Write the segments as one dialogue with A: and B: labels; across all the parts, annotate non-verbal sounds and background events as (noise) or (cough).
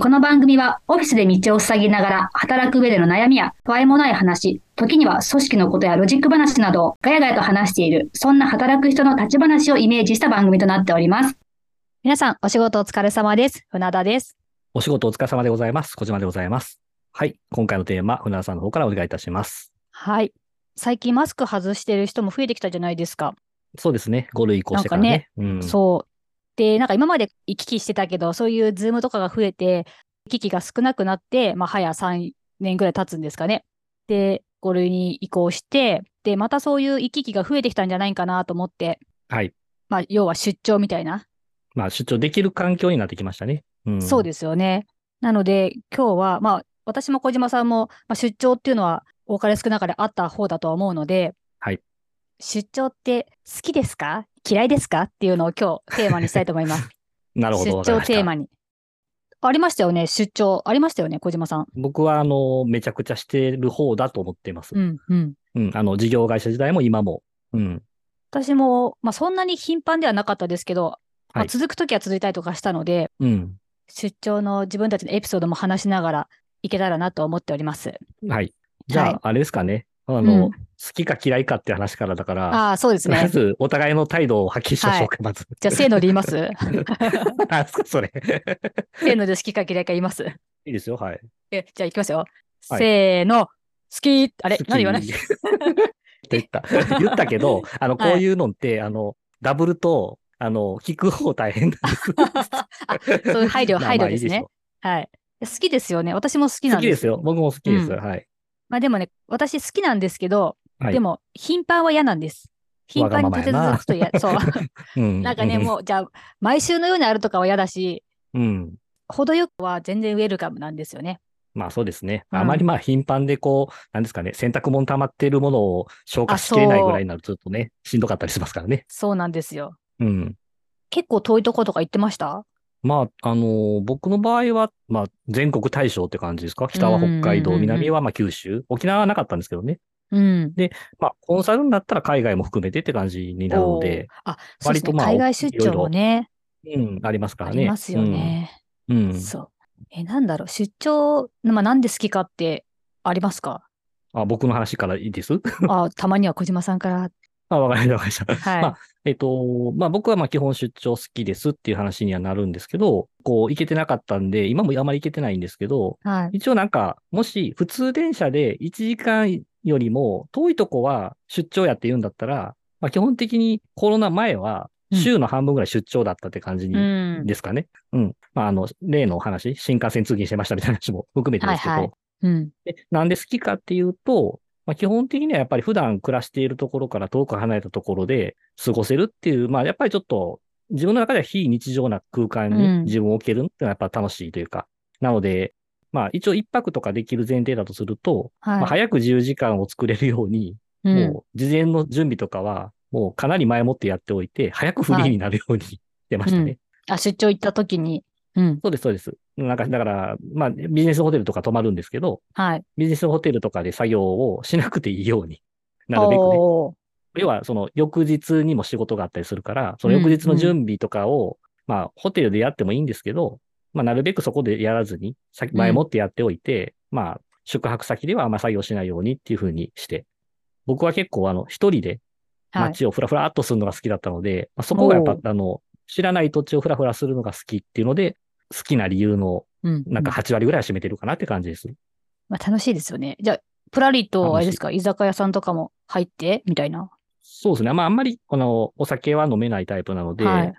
A: この番組はオフィスで道を塞ぎながら働く上での悩みや不安もない話、時には組織のことやロジック話などをガヤガヤと話している、そんな働く人の立ち話をイメージした番組となっております。
B: 皆さん、お仕事お疲れ様です。船田です。
C: お仕事お疲れ様でございます。小島でございます。はい。今回のテーマ、船田さんの方からお願いいたします。
B: はい。最近マスク外してる人も増えてきたじゃないですか。
C: そうですね。5類移行してからね。うん、
B: そう。で、なんか今まで行き来してたけど、そういうズームとかが増えて、行き来が少なくなって、まあ、早3年ぐらい経つんですかね。で、5類に移行して、で、またそういう行き来が増えてきたんじゃないかなと思って、
C: はい。
B: まあ、要は出張みたいな。
C: まあ、出張できる環境になってきましたね。うん、
B: そうですよね。なので、今日は、まあ、私も小島さんも、まあ、出張っていうのは、多かれ少なかれあった方だとは思うので、
C: はい
B: 出張って好きですか嫌いですかっていうのを今日テーマにしたいと思います。
C: なるほど。わか
B: 出張
C: りました
B: テーマに。ありましたよね、出張。ありましたよね、小島さん。
C: 僕は、あの、めちゃくちゃしてる方だと思っています。
B: う
C: うん。
B: んうん。
C: あの、事業会社時代も今も。うん。
B: 私も、まあ、そんなに頻繁ではなかったですけど、まあ
C: はい
B: 続くときは続いたりとかしたので、
C: うん。
B: 出張の自分たちのエピソードも話しながらいけたらなと思っております。
C: はい。じゃあ、
B: はい
C: あれですかね。あの、
B: うん
C: 好きか嫌いかって話からだから、
B: ああー、そうです
C: とりあ
B: (laughs)
C: え
B: ね。
C: ず、お互いの態度を発揮しましょうか、まず。 (laughs)
B: じゃあ、せーので言います
C: 何すか、それ。 (laughs)
B: せーので好きか嫌いか言います。
C: いいですよ、はい。
B: (laughs) えじゃあ、行きますよ。
C: はい
B: せーの、好きあれ
C: 好き
B: 何言わない
C: (laughs) って言った。言ったけど、あの、こ
B: はいう
C: いうのって、あの、ダブルと、あの、聞く方大変なんです。
B: (laughs) あ、そういう配慮、
C: まあ
B: 配
C: ま
B: 慮
C: あい
B: で
C: い
B: す
C: し
B: ね
C: ょ。
B: はい。好きですよね。私も好き
C: う
B: な
C: 好
B: ん
C: き
B: で。
C: ですすよ。僕も好きです。
B: うん
C: はい。
B: まあでもね、私好きなんですけど、
C: はい
B: でも、頻繁は嫌なんです。頻繁に立て続くと
C: (laughs)
B: 嫌。そう。
C: うん。
B: なんかね、もう、じゃあ、毎週のようにあるとかは嫌だし、
C: うん。うん。
B: 程よくは全然ウェルカムなんですよね。
C: まあそうですね。
B: うん
C: あまりまあ頻繁でこう、なんですかね、洗濯物溜まってるものを消化しきれないぐらいになると、ちょっとね、しんどかったりしますからね。
B: そうなんですよ。
C: うん。
B: 結構遠いとことか行ってました
C: まあ、あのー僕の場合は、まあ、全国大賞って感じですか北は北海
B: うん
C: 道、
B: うんうんうん
C: 南はまあ九州、沖縄はなかったんですけどね。
B: うん。
C: まあ、コンサルになったら海外も含めてって感じになるので、
B: おー、あ、そうですね。
C: 割とまあ
B: 海外出張もね、
C: うん、ありますか
B: あ
C: らね。
B: りますよね。
C: うん。うん。
B: そう。え、なんだろう、出張、まあ、なんで好きかってありますか
C: あ、僕の話からいいです。 (laughs)
B: あ、たまには小島さんから。
C: あ、わかりました、わかりました。
B: はい。
C: まあえっと、まあ僕はまあ基本出張好きですっていう話にはなるんですけど、こう行けてなかったんで、今もあまり行けてないんですけど、
B: はい。
C: 一応なんか、もし普通電車で1時間よりも遠いとこは出張やって言うんだったら、まあ基本的にコロナ前は週の半分ぐらい出張だったって感じに
B: うん。
C: ですかね。うん。まあ、あの、例のお話、新幹線通勤してましたみたいな話も (laughs) 含めてですけど、
B: はいはいうん。
C: でなんで好きかっていうと、まあ、基本的にはやっぱり普段暮らしているところから遠く離れたところで過ごせるっていう、まあ、やっぱりちょっと自分の中では非日常な空間
B: う
C: に
B: ん
C: 自分を置けるっていうのはやっぱ楽しいというか、なので、まあ、一応一泊とかできる前提だとすると、
B: はい。
C: まあ、早く自由時間を作れるように、
B: うん。
C: もう事前の準備とかは、もうかなり前もってやっておいて、早くフリーになるように (laughs) してましたね。
B: うんあ、出張行った時に。うん。
C: そうです、そうです。なんか、だから、まあ、ビジネスホテルとか泊まるんですけど、
B: はい。
C: ビジネスホテルとかで作業をしなくていいように、なるべくね。
B: おー
C: 要は、その翌日にも仕事があったりするから、その翌日の準備とかを、まあ、ホテルでやってもいいんですけど、まあ、なるべくそこでやらずに、先前もってやっておいて、まあ、宿泊先ではあんま作業しないようにっていうふうにして、僕は結構、あの、一人で
B: はい。
C: 街をふらふらっとするのが好きだったので、まあ、そこがやっ
B: お
C: ぱ
B: う、
C: あの、知らない土地をふらふらするのが好きっていうので、好きな理由の、
B: うん。
C: なんか
B: う
C: 8割ぐらいは占めてるかなって感じです。
B: まあ、楽しいですよね。じゃあ、プラリと、あれですか、居酒屋さんとかも入って、みたいな。
C: そうですね。まあ、あんまり、この、お酒は飲めないタイプなので、
B: はい。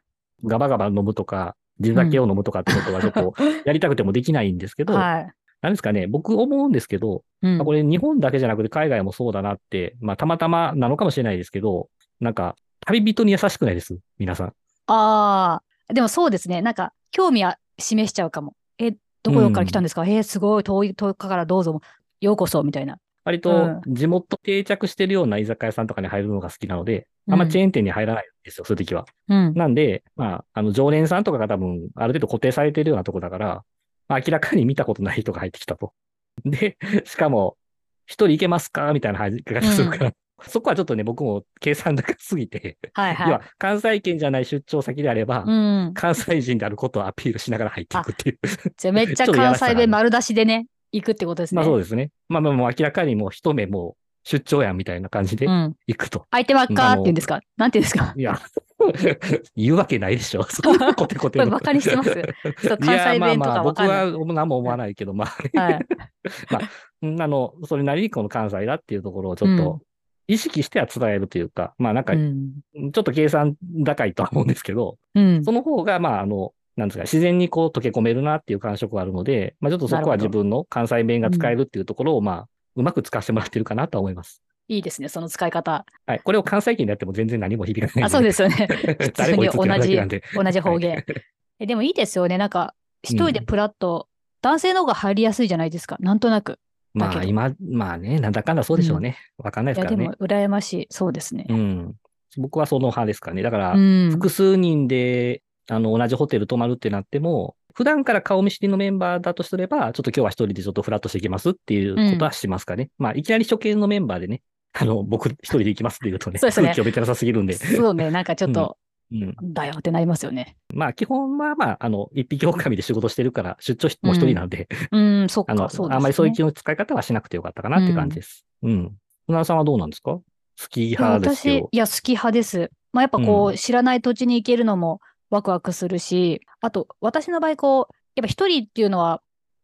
C: ガバガバ飲むとか、地酒を飲むとかってことはちょっと、
B: (laughs)
C: やりたくてもできないんですけど、
B: はい。
C: なんですかね、僕思うんですけど、
B: うん
C: まあこれ日本だけじゃなくて海外もそうだなって、まあ、たまたまなのかもしれないですけど、なんか、旅人に優しくないです皆さん。
B: ああ、でもそうですね。なんか、興味は示しちゃうかも。え、どこから来たんですかえー、すごい遠い、遠くからどうぞ、ようこそ、みたいな。う
C: 割
B: ん
C: と、地元定着してるような居酒屋さんとかに入るのが好きなので、あんまチェーン店に入らないんですよ、そういう時は。
B: うん。
C: なんで、まあ、あの、常連さんとかが多分、ある程度固定されてるようなとこだから、まあ、明らかに見たことない人が入ってきたと。で、しかも、一人行けますかみたいな話がするから、そこはちょっとね、僕も計算高すぎて、
B: はいは
C: 要
B: い。
C: は関西圏じゃない出張先であれば、
B: うん。
C: 関西人であることをアピールしながら入っていくっていう。
B: じゃあめっち
C: ちょ
B: ゃ
C: っとやら
B: 関
C: せた (laughs) な
B: 西弁丸出しでね、行くってことですね。
C: まあそうですね。まあまあもう明らかにもう一目もう出張やんみたいな感じで
B: うん。
C: 行くと。
B: 相手ばっかーって言うんですかなんて言うんです
C: (laughs)
B: か
C: いや、言うわけないでしょ。そんなコテコ
B: (laughs) こ
C: テ
B: れ
C: の。
B: バカにしてます。そう関西弁と
C: いやまあま
B: か
C: あ
B: わ
C: 僕
B: かんない。
C: は何も思わないけど、まあ、
B: はい。
C: (laughs) うんあの、それなりにこの関西だっていうところをちょっ
B: う
C: と意識しては伝えるというか、まあなんか、
B: う
C: ち
B: ん。
C: ょっと計算高いとは思うんですけど、
B: うん。
C: その方が、まああの、なんですか、自然にこう溶け込めるなっていう感触があるので、まあちょっとそこは
B: なる
C: 自
B: ほど
C: 分の関西弁が使えるっていうところを、まあ、うまく使わせてもらってるかなとは思います。
B: いいですね、その使い方。
C: はい。これを関西圏でやっても全然何も響かない
B: あ、
C: (laughs)
B: そうですよね。
C: す
B: 普
C: 誰
B: 通
C: も
B: に
C: 映
B: 同
C: ってるだけ
B: じ
C: なんで。
B: 同じ方言。えでもいいですよね。なんか、一人でプラッと、男性の方が入りやすいじゃないですか。なんとなく。だけ
C: ま
B: ど
C: あ今、まあね、なんだかんだそうでしょうね。わ、かんない
B: い
C: で
B: や、
C: すか
B: で
C: らね
B: も、。羨ましい。そうですね
C: う。ん。僕はその派ですかね。だから、
B: うん。
C: 複数人で、あの、同じホテル泊まるってなっても、普段から顔見知りのメンバーだとすれば、ちょっと今日は一人でちょっとフラッとしてきますっていうことはしますかね。まあ、いきなり初見のメンバーでね、 (laughs) あの、僕一人で行きますって言うとね、
B: そうですね
C: 空気をめちゃなさすぎるんで。
B: そうね、なんかちょっと、
C: うん。
B: だよってなりますよね。
C: まあ、基本は、まあ、あの、一匹狼で仕事してるから、出張しもう一人なんで、
B: うん、そっ
C: あの、
B: か、そうですね。
C: あんまりそういう気の使い方はしなくてよかったかなっていう感じです。うん。船田さんはどうなんですか好き派
B: いや
C: ですよ
B: 私、。いや、好き派です。まあ、やっぱこう、
C: う
B: 知らない土地に行けるのもワクワクするし、あと、私の場合、こう、やっぱ一人っていうのは、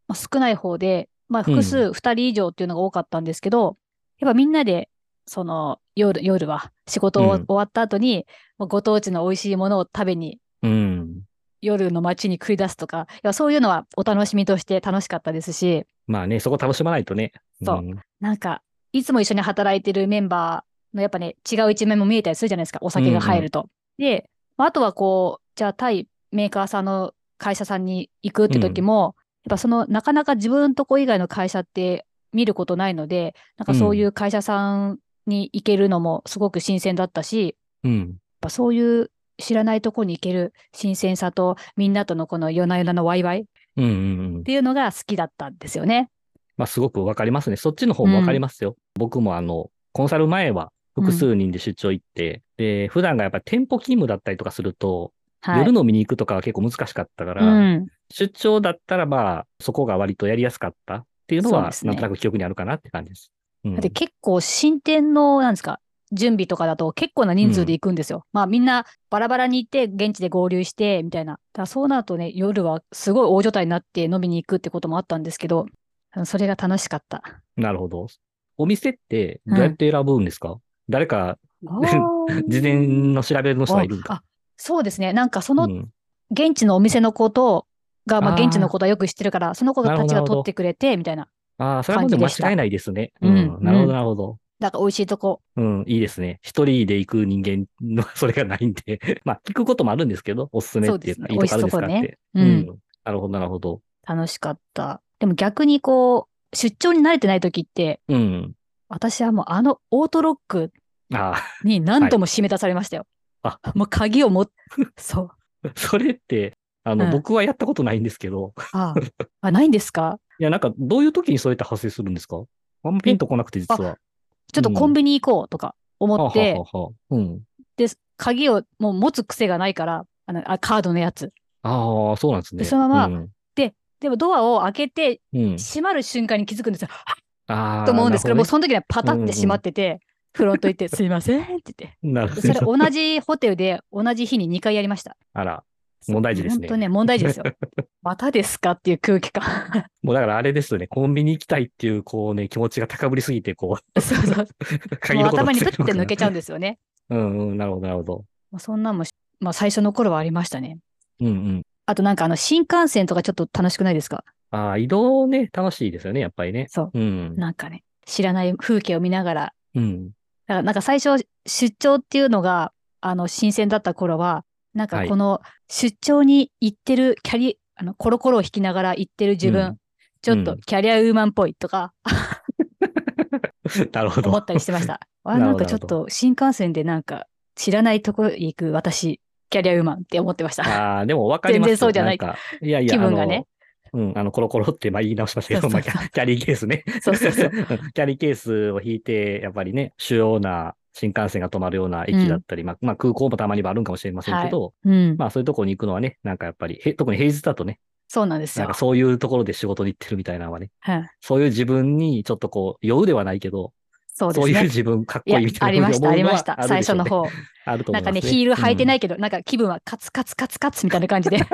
B: まあ、少ない方で、まあ、複
C: う
B: 数二人以上っていうのが多かったんですけど、やっぱみんなで、その、夜、夜は、仕事を
C: う
B: 終
C: ん
B: わった後に、まあご当地の美味しいものを食べに、
C: うん。
B: 夜の街に繰り出すとか、いやそういうのはお楽しみとして楽しかったですし、
C: まあね、そこ楽しまないとね。
B: そう
C: うん
B: なんか、いつも一緒に働いてるメンバーのやっぱね、違う一面も見えたりするじゃないですか、お酒が入ると。で、まああとはこう、じゃあ対メーカーさんの会社さんに行くって時も、やっぱその、なかなか自分とこ以外の会社って見ることないので、なんかそういう会社さんに行けるのもすごく新鮮だったし、やっ
C: うん。
B: ぱそういう知らないとこに行ける新鮮さと、みんなとのこの夜な夜なのワイワイっ
C: うんうんうん。
B: ていうのが好きだったんですよね。
C: まあ、すごくわかりますね。そっちの方もわかりますよ。僕もあの、コンサル前は複数人で出張行って、で、普段がやっぱり店舗勤務だったりとかすると、
B: はい。
C: 夜飲みに行くとかは結構難しかったから、
B: うん。
C: 出張だったらまあ、そこが割とやりやすかったっていうの
B: そう
C: は
B: で、すね
C: なんとなく記憶にあるかなって感じです。うん
B: だって結構新店の、なんですか、準備とかだと結構な人数で行くんですよ。まあみんなバラバラに行って、現地で合流して、みたいな。だからそうなるとね、夜はすごい大所帯になって飲みに行くってこともあったんですけど、それが楽しかった。
C: (laughs) なるほど。お店ってどうやって選ぶんですか、誰か事前の調べの人がいるんです
B: ああ
C: か
B: そうですね。なんかそうの
C: ん
B: 現地のお店のことが、まあ
C: あー
B: 現地のことはよく知ってるから、その子たち
C: なる
B: が
C: ほど
B: 取ってくれて、みたいな。
C: ああ、それはもうでも
B: 感じでした
C: 間違いないですね。
B: うん
C: うん。なるほ
B: うん
C: ど、なるほど。
B: だから美味しいとこ。
C: うん、いいですね。一人で行く人間のそれがないんで、 (laughs) まあ、聞くこともあるんですけど、おすすめって
B: そうで
C: いうか、
B: すね
C: いいとこあるんですかっ
B: 美味
C: て。
B: そうね
C: うん。なるほど、なるほど。
B: 楽しかった。でも逆にこう、出張に慣れてない時って、
C: うん。
B: 私はもうあのオートロック
C: あ
B: に何度も締め出されましたよ。
C: あ
B: もう鍵を持
C: (laughs)
B: っ、そう。
C: あ、 (laughs) それって、あの、
B: うん
C: 僕はやったことないんですけど、
B: ああ、ないんですか
C: いや、なんか、どういう時にそれって発生するんですかあんまピンとこなくて、実は。
B: ちょっとコンビニ行こうとか
C: は
B: 思
C: は
B: って、
C: はは。うん。
B: で、鍵をもう持つ癖がないから、あの、あカードのやつ。
C: ああ、そうなんですね。
B: でそのま
C: ま、
B: でもドアを開けて
C: うん。うん、
B: 閉まる瞬間に気づくんですよ。あ
C: ああ。
B: っと思うんですけど、もうその時にはパタ
C: う
B: っ
C: んうん
B: て閉まってて、フロント行って、すいませんって
C: (laughs)
B: 言って。
C: なるほ
B: で
C: ど。
B: そ
C: な
B: れ
C: るほど。
B: 同じホテルで同じ日に2回やりました。
C: あら、問題児ですね
B: 本当ね、問題児
C: (laughs)
B: ですよ。またですかっていう空気感。
C: もうだからあれですよね。コンビニ行きたいっていう、こうね、気持ちが高ぶりすぎて、こう、
B: そうそう。
C: 鍵 (laughs)
B: もう
C: のこと
B: 頭にプッ
C: 忘れ
B: て
C: るのかな
B: 抜けちゃうんですよね。
C: うんうん、なるほど、なるほど。
B: まあ、そんなんもし、まあ、最初の頃はありましたね。
C: うんうん。
B: あとなんかあの新幹線とかちょっと楽しくないですか
C: ああ、移動ね、楽しいですよね、やっぱりね。
B: そう。
C: うん。
B: なんかね、知らない風景を見ながら。
C: うん。 (laughs)
B: だからなんか最初出張っていうのがあの新鮮だった頃は、なん
C: は
B: か
C: い
B: この出張に行ってるキャリ、あのコロコロを引きながら行ってる自分、
C: うん
B: ちょっ
C: う
B: と
C: ん
B: キャリアウーマンっぽいとか
C: なるほど。
B: 思ったりしてま
C: (laughs)
B: した。あ
C: な
B: な
C: る
B: ん
C: ほど
B: かちょっと新幹線でなんか知らないところ行く私、キャリアウーマンって思ってました。
C: ああ、でも分かりますよ。
B: 全然そうじゃない
C: んかいやいや、
B: 気分がね
C: あの。うん、あの、コロコロって、まあ言い直しましたけど、
B: そう
C: ま
B: そ
C: あ
B: う
C: キ
B: そう
C: ャキャリーケースね。
B: (laughs) そうそう
C: (laughs)
B: そう
C: キャリーケースを引いて、やっぱりね、主要な新幹線が止まるような駅だったり、まあ、まあ空港もたまにはあるんかもしれませんけど、 (laughs)
B: うん。
C: まあそういうところに行くのはね、なんかやっぱり、へ特に平日だとね、
B: そうなんです
C: なん
B: よ
C: か。そういうところで仕事に行ってるみたいなのはね、
B: はい。
C: そういう自分にちょっとこう、酔うではないけど、
B: そう
C: そ
B: です
C: ういう
B: ね。
C: 自分かっこいいみたい
B: あ
C: な
B: りました、あり
C: のは
B: ました。
C: る
B: 最
C: でし
B: 初
C: ょうね
B: の。方。
C: あると思
B: ないん
C: ます
B: か
C: ね。。
B: ね、ヒール履いてないいけど、なんか気分はカツカツカツカツみたいな感じで、
C: (laughs) なる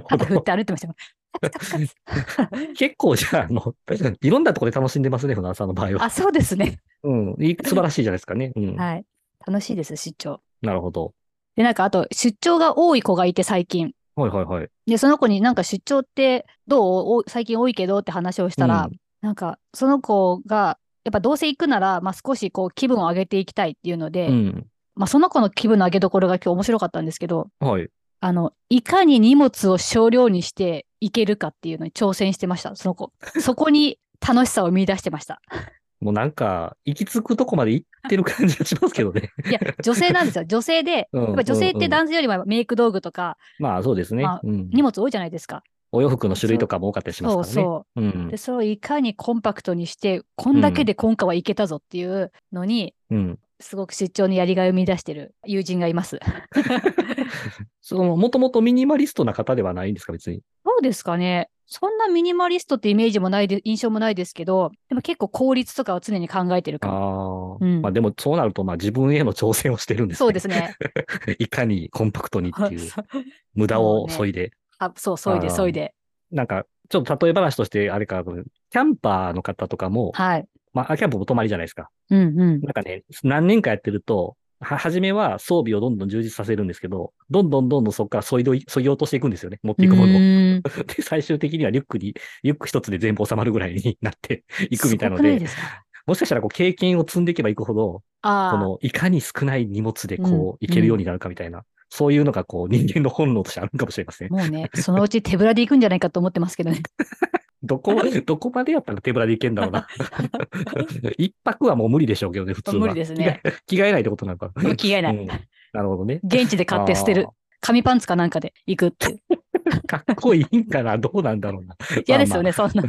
C: ほ
B: 肩振っ
C: ど。
B: て歩いてましたもん。カツカツカ
C: (laughs)
B: ツ。
C: 結構じゃあ、あの、 (laughs) いろんなところで楽しんでますね、船尾さんの場合は。
B: あ、そうですね。
C: うん。いい素晴らしいじゃないですかね。うん。
B: はい。楽しいです、出張。
C: なるほど。
B: で、なんか、あと、出張が多い子がいて、最近。
C: はいはいはい。
B: で、その子になんか出張ってどうお最近多いけどって話をしたら、
C: うん
B: なんかその子が、やっぱどうせ行くなら、まあ、少しこう気分を上げていきたいっていうので、
C: うん。
B: まあ、その子の気分の上げどころが今日面白かったんですけど、
C: はい。
B: あの、いかに荷物を少量にしていけるかっていうのに挑戦してました、その
C: (laughs)
B: 子。そこに楽しさを見出してました。
C: もうなんか、行き着くとこまで行ってる感じがしますけ
B: (laughs)
C: どね。
B: いや、女性なんです
C: (laughs)
B: よ。女性で、
C: うん
B: やっぱ女性って男性よりもメイク道具とか
C: まあそうですね。
B: まあ
C: うん
B: 荷物多いじゃないですか。
C: お洋服の種類とかも多かったりします
B: そう
C: からね。
B: そう。
C: うん
B: で、それをいかにコンパクトにして、こんだけで今回はいけたぞっていうのに、
C: うん。
B: すごく出張にやりがいを見出してる友人がいます。
C: その、もともとミニマリストな方ではないんですか、別に。
B: そうですかね。そんなミニマリストってイメージもないで、印象もないですけど、でも結構効率とかを常に考えてる
C: あ
B: かも。
C: あ、
B: うん
C: まあでもそうなると、まあ自分への挑戦をしてるんですね。
B: そうですね。
C: (laughs) いかにコンパクトにっていう
B: そ、
C: 無駄を
B: そうね
C: 削いで。
B: あそう、そいで、
C: あー
B: そいで。
C: なんか、ちょっと例え話として、あれか、キャンパーの方とかも、
B: はい。
C: まあ、キャンプも泊まりじゃないですか。
B: うんうん。
C: なんかね、何年かやってると、は、初めは装備をどんどん充実させるんですけど、どんどんどんどんそこから削いどい、削ぎ落としていくんですよね。持っていくものを。
B: 行
C: で、最終的にはリュックに、リュック一つで全部収まるぐらいになっていくみたいの
B: すごくない
C: で、
B: ですか
C: もしかしたらこう経験を積んでいけばいくほど、こ
B: ああ、
C: のいかに少ない荷物で
B: う
C: こう
B: ん
C: いけるようになるかみたいな、そういうのがこう人間の本能としてあるかもしれません。
B: もうね、そのうち手ぶらで行くんじゃないかと思ってますけど
C: (laughs)
B: ね。
C: ど
B: (laughs)
C: こまで、どこまでやったら手ぶらでいけんだろうな。一泊はもう無理でしょうけどね、普通は。
B: 無理ですね
C: (laughs) 着替え。着替えないってことなのか。
B: 着替えない
C: うんなるほどね。
B: 現地で買って捨てる。紙パンツかなんかで行くって
C: (laughs)
B: いう。
C: あー。かっこいいんかな、どうなんだろうな。
B: (laughs) 嫌ですよね、そん
C: (laughs)
B: なの。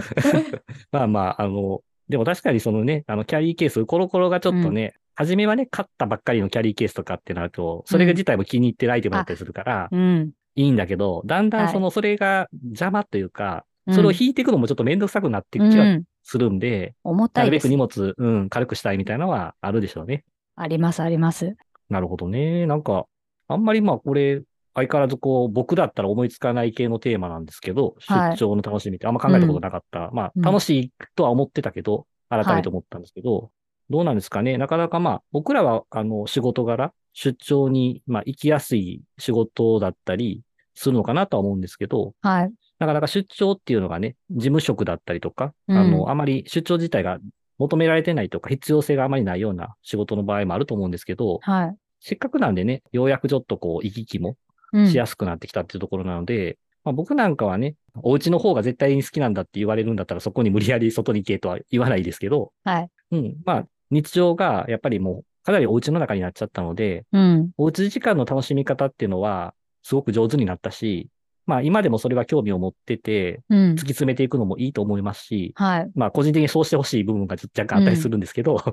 C: まあまあ、あの、でも確かにそのね、あの、キャリーケース、コロコロがちょっとね、初めはね、買ったばっかりのキャリーケースとかってなると、それが自体も気に入ってるアイテムだったりするから、
B: うん。
C: いいんだけど、だんだんその、それが邪魔というか、それを
B: うん
C: 引いていくのもちょっとめんどくさくなってき
B: う
C: は
B: ん、
C: するんで、
B: 重た
C: ないるべ
B: で
C: く
B: す。
C: 荷物、うん、軽くしたいみたいなのはあるでしょうね。
B: あります、あります。
C: なるほどね。なんか、あんまりまあこれ、相変わらずこう、僕だったら思いつかない系のテーマなんですけど、
B: はい
C: 出張の楽しみってあんま考えたことなかった。ま
B: うん
C: あ、楽しいとは思ってたけど、改めて思ったんですけど、どうなんですかね。なかなかまあ、僕らは、あの、仕事柄、出張に、まあ、行きやすい仕事だったりするのかなとは思うんですけど、
B: はい。
C: なかなか出張っていうのがね、事務職だったりとか、
B: うん
C: あの、あまり出張自体が求められてないとか、必要性があまりないような仕事の場合もあると思うんですけど、
B: はい。
C: せっかくなんでね、ようやくちょっとこう、行き来も
B: うん
C: しやすくなってきたっていうところなので、まあ、僕なんかはね、お家の方が絶対に好きなんだって言われるんだったら、そこに無理やり外に行けとは言わないですけど、
B: はい。
C: うん、まあ、日常がやっぱりもう、かなりお家の中になっちゃったので、
B: うん。
C: おうち時間の楽しみ方っていうのは、すごく上手になったし、まあ、今でもそれは興味を持ってて、
B: うん
C: 突き。詰めていくのもいいと思いますし、
B: はい。
C: まあ、個人的にそうしてほしい部分がちょっと若干あったりするんですけど、 (laughs)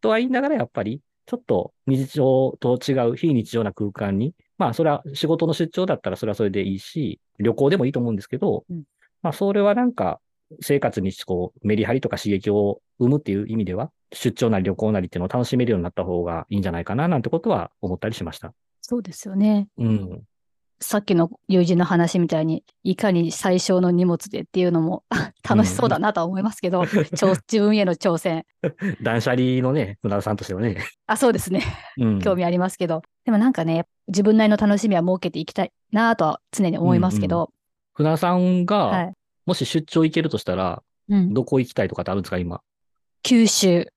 C: とは言いながらやっぱり、ちょっと日常と違う非日常な空間に、まあ、それは仕事の出張だったらそれはそれでいいし、旅行でもいいと思うんですけど、
B: うん
C: まあ、それはなんか、生活にこうメリハリとか刺激を生むっていう意味では、出張なり旅行なりっていうのを楽しめるようになった方がいいんじゃないかななんてことは思ったりしました。
B: そうですよね。
C: うん。
B: さっきの友人の話みたいに、いかに最小の荷物でっていうのも楽しそうだなとは思いますけ
C: (laughs)
B: ど、挑自分への挑戦。
C: 断捨離のね、船田さんとしてはね。
B: あ、そうですね。
C: うん。
B: 興味ありますけど。でもなんかね、自分なりの楽しみは設けていきたいなとは常に思いますけど。
C: 船田さんが、
B: はい。
C: もし出張行けるとしたら、
B: うん。
C: どこ行きたいとかってあるんですか、今。 (laughs)
B: 九州、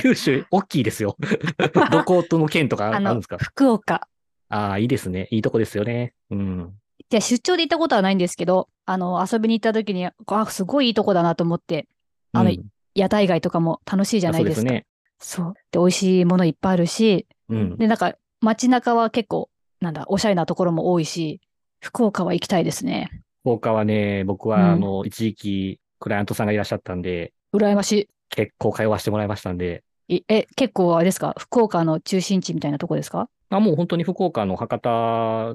C: 九州、大きいですよ。 (laughs) どことの県とかあ
B: あ
C: る
B: の
C: んですか
B: 福岡。
C: ああ、いいですね。いいとこですよね。うん。
B: いや、出張で行ったことはないんですけど、あの、遊びに行った時に、あ、すごいいいとこだなと思って、あの
C: うん
B: 屋台街とかも楽しいじゃないですか。
C: そうね。
B: そう。で、美味しいものいっぱいあるし、
C: うん。
B: で、なんか街中は結構、なんだ、おしゃれなところも多いし、福岡は行きたいですね。
C: 効果はね、僕
B: うん
C: は、あの、一時期、クライアントさんがいらっしゃったんで、
B: 羨まし
C: 結構通わせてもらいましたんで、
B: い。いえ、結構あれですか福岡の中心地みたいなとこですか
C: あもう本当に福岡の博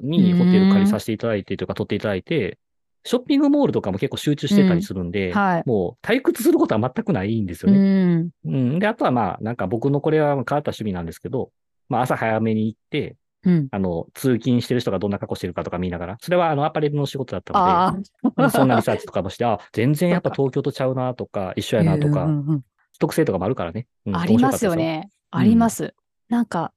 C: 多にホテル借りさせていただいてというか、取っていただいて、ショッピングモールとかも結構集中してたりするんで、
B: はい。
C: もう退屈することは全くないんです
B: う
C: よね。
B: ん。
C: うん。で、あとはまあ、なんか僕のこれは変わった趣味なんですけど、まあ朝早めに行って、
B: うん。
C: あの、通勤してる人がどんな格好してるかとか見ながら、それはあのアパレルの仕事だったの
B: あ
C: で、
B: あ。
C: そんなリサーチとかもして、あ、全然やっぱ東京とちゃうなとか、一緒やなと
B: うん
C: か、
B: うんうん
C: 特性とかもあるからね。うん
B: ありますよ。ね。あります。なんか、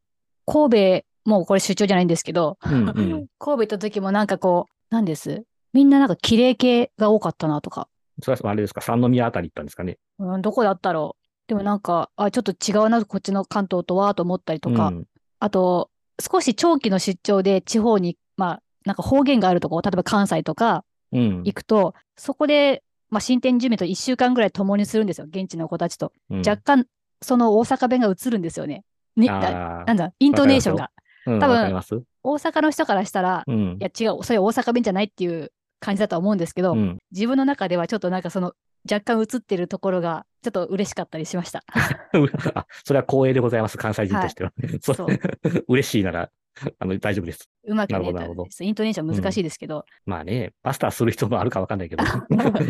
B: 神戸、もうこれ出張じゃないんですけど、
C: 面白かったですよう
B: (laughs)
C: んうん。
B: 神戸行った時もなんかこう、なんですみんななんか綺麗系が多かったなとか。
C: それはあれですか、三宮あたり行ったんですかね。
B: うん、どこだったろう。でもなんか、あ、ちょっと違うな、こっちの関東とは、と思ったりとか、
C: うん
B: あと、少し長期の出張で地方に、まあ、なんか方言があるとこ、例えば関西とか
C: うん
B: 行くと、そこで、まあ、新店住民と1週間ぐらい共にするんですよ、現地の子たちと。
C: うん
B: 若干、その大阪弁が映るんですよね。にな
C: あ
B: なんだ、イントネーションが。
C: ーうん
B: 多分
C: わかります
B: 大阪の人からしたら、
C: うん
B: い。や、違う、それ大阪弁じゃないっていう感じだとは思うんですけど、
C: うん (laughs)
B: 自分の中ではちょっとなんかその若干映ってるところがちょっと嬉しかったりしました。
C: あそれは光栄でございます、関西人としては。そう
B: そう
C: (laughs) 嬉しいなら、あの、大丈夫です。
B: うまく
C: なる
B: ね
C: ほどなるほど、
B: そうイントネーション難しいですけど、
C: まあね、バスターする人もあるかわかんない
B: (laughs)
C: けど。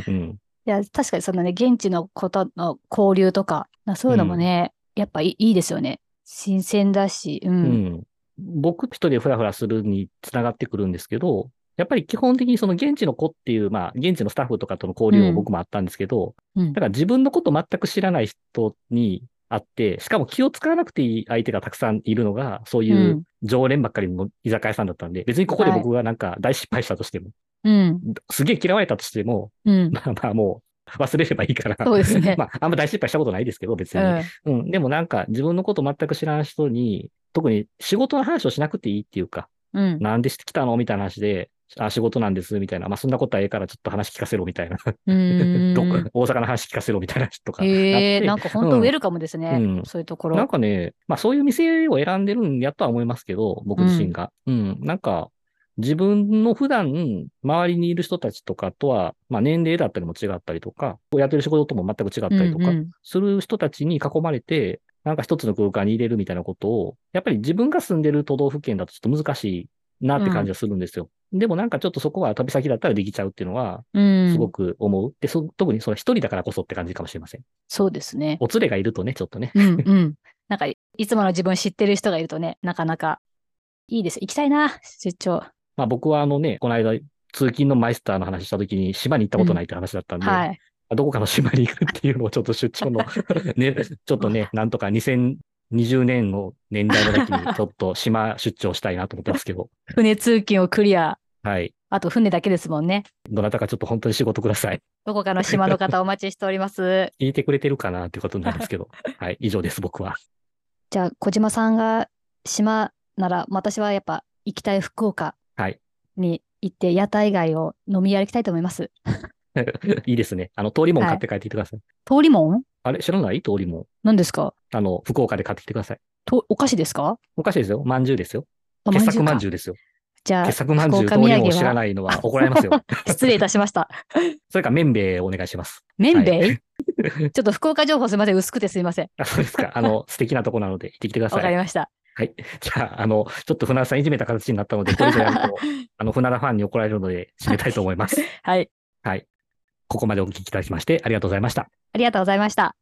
C: うん、
B: いや、確かにそのね、現地のことの交流とか、なそういうのもね、やっぱいいいいですよね。新鮮だし、う。
C: うんん。僕一人でフラフラするにつながってくるんですけど、やっぱり基本的にその現地の子っていう、まあ、現地のスタッフとかとの交流
B: う
C: も
B: ん
C: 僕もあったんですけど、
B: うん
C: だから自分のこと全く知らない人に会って、しかも気を使わなくていい相手がたくさんいるのが、そう
B: う。
C: いうん常連ばっかりの居酒屋さんだったんで、別にここで僕がなんか大失敗したとしても、
B: うん。
C: すげえ嫌われたとしても、
B: うん。
C: まあまあもう忘れればいいから。
B: そうですね
C: (laughs) まあ、あんま大失敗したことないですけど、別
B: う
C: に。
B: ん。
C: うん。でもなんか自分のこと全く知らん人に、特に仕事の話をしなくていいっていうか、
B: うん。
C: なんでしてきたのみたいな話で、あ、仕事なんです、みたいな。まあ、そんなことはええからちょっと話聞かせろ、みたいな。
B: うん
C: (laughs) どっか大阪の話聞かせろ、みたいな人とか。
B: へえ
C: やって
B: なんか本当
C: うん
B: ウェルカムですね。
C: うん
B: そういうとこ
C: なん
B: ろ。
C: かね、まあそういう店を選んでるんやとは思いますけど、僕自身が。うん、なんか、自分の普段、周りにいる人たちとかとは、まあ年齢だったりも違ったりとか、やってる仕事とも全く違ったりとか
B: うんう、ん
C: する人たちに囲まれて、なんか一つの空間に入れるみたいなことを、やっぱり自分が住んでる都道府県だとちょっと難しいなって感じがするんですよ。でもなんかちょっとそこは旅先だったらできちゃうっていうのは、
B: うん。
C: すごく思う。で、そ特にその一人だからこそって感じかもしれません。
B: そうですね。
C: お連れがいるとね、ちょっとね。
B: うんうん。なんか、いつもの自分知ってる人がいるとね、なかなかいいです。行きたいな、出張。
C: まあ僕はあのね、この間、通勤のマイスターの話したときに、島に行ったことないって話だったんで、
B: はい。
C: どこかの島に行くっていうのをちょっと出張
B: (laughs)
C: の、ね、ちょっとね、なんとか2020年の年代の時に、ちょっと島出張したいなと思ってますけど、
B: 船通勤をクリア。
C: はい。
B: あと船だけですもんね。
C: どなたかちょっと本当に仕事ください。 (laughs)
B: どこかの島の方お待ちしております。
C: 聞いてくれてるかなっていうことなんで
B: (laughs)
C: すけど、はい、以上です、僕は。 (laughs)
B: じゃあ、小島さんが島なら、私はやっぱ行きたい福岡
C: はい
B: に行って、屋台街を飲み歩きたいと思います。
C: いいですね。あの、通りもん買って帰ってきてください。
B: 通りもん
C: あれ、知らない通りもん。
B: 何ですか
C: あの、福岡で買ってきてください。
B: とお菓子ですか
C: おかしいですよ。まんじゅうですよ。
B: あ
C: 傑作
B: ま
C: ま
B: ん
C: ん
B: じゅうか
C: じゅうですよ。
B: じゃあ、
C: 傑作まんじゅう、
B: 福
C: 通
B: 岡
C: り
B: 土
C: もんを
B: 産
C: 知ら
B: は
C: ないのは怒られますよ。 (laughs)
B: 失礼いたしま (laughs) した。
C: それから、麺米お願いします。
B: 麺べい、 (laughs) ちょっと福岡情報すみません。薄くてすみません。
C: あ、そうですか。あの、素敵なとこなので、行ってきてくだ
B: わか
C: さ
B: り
C: い。
B: ました。
C: じゃあ、あの、ちょっと船田さんいじめた形になったので、これ以上やると、あの、船田ファンに怒られるので、締
B: (laughs)
C: めたいと思います。
B: はい。
C: はい。ここまでお聞きいただきまして、ありがとうございました。
B: ありがとうございました。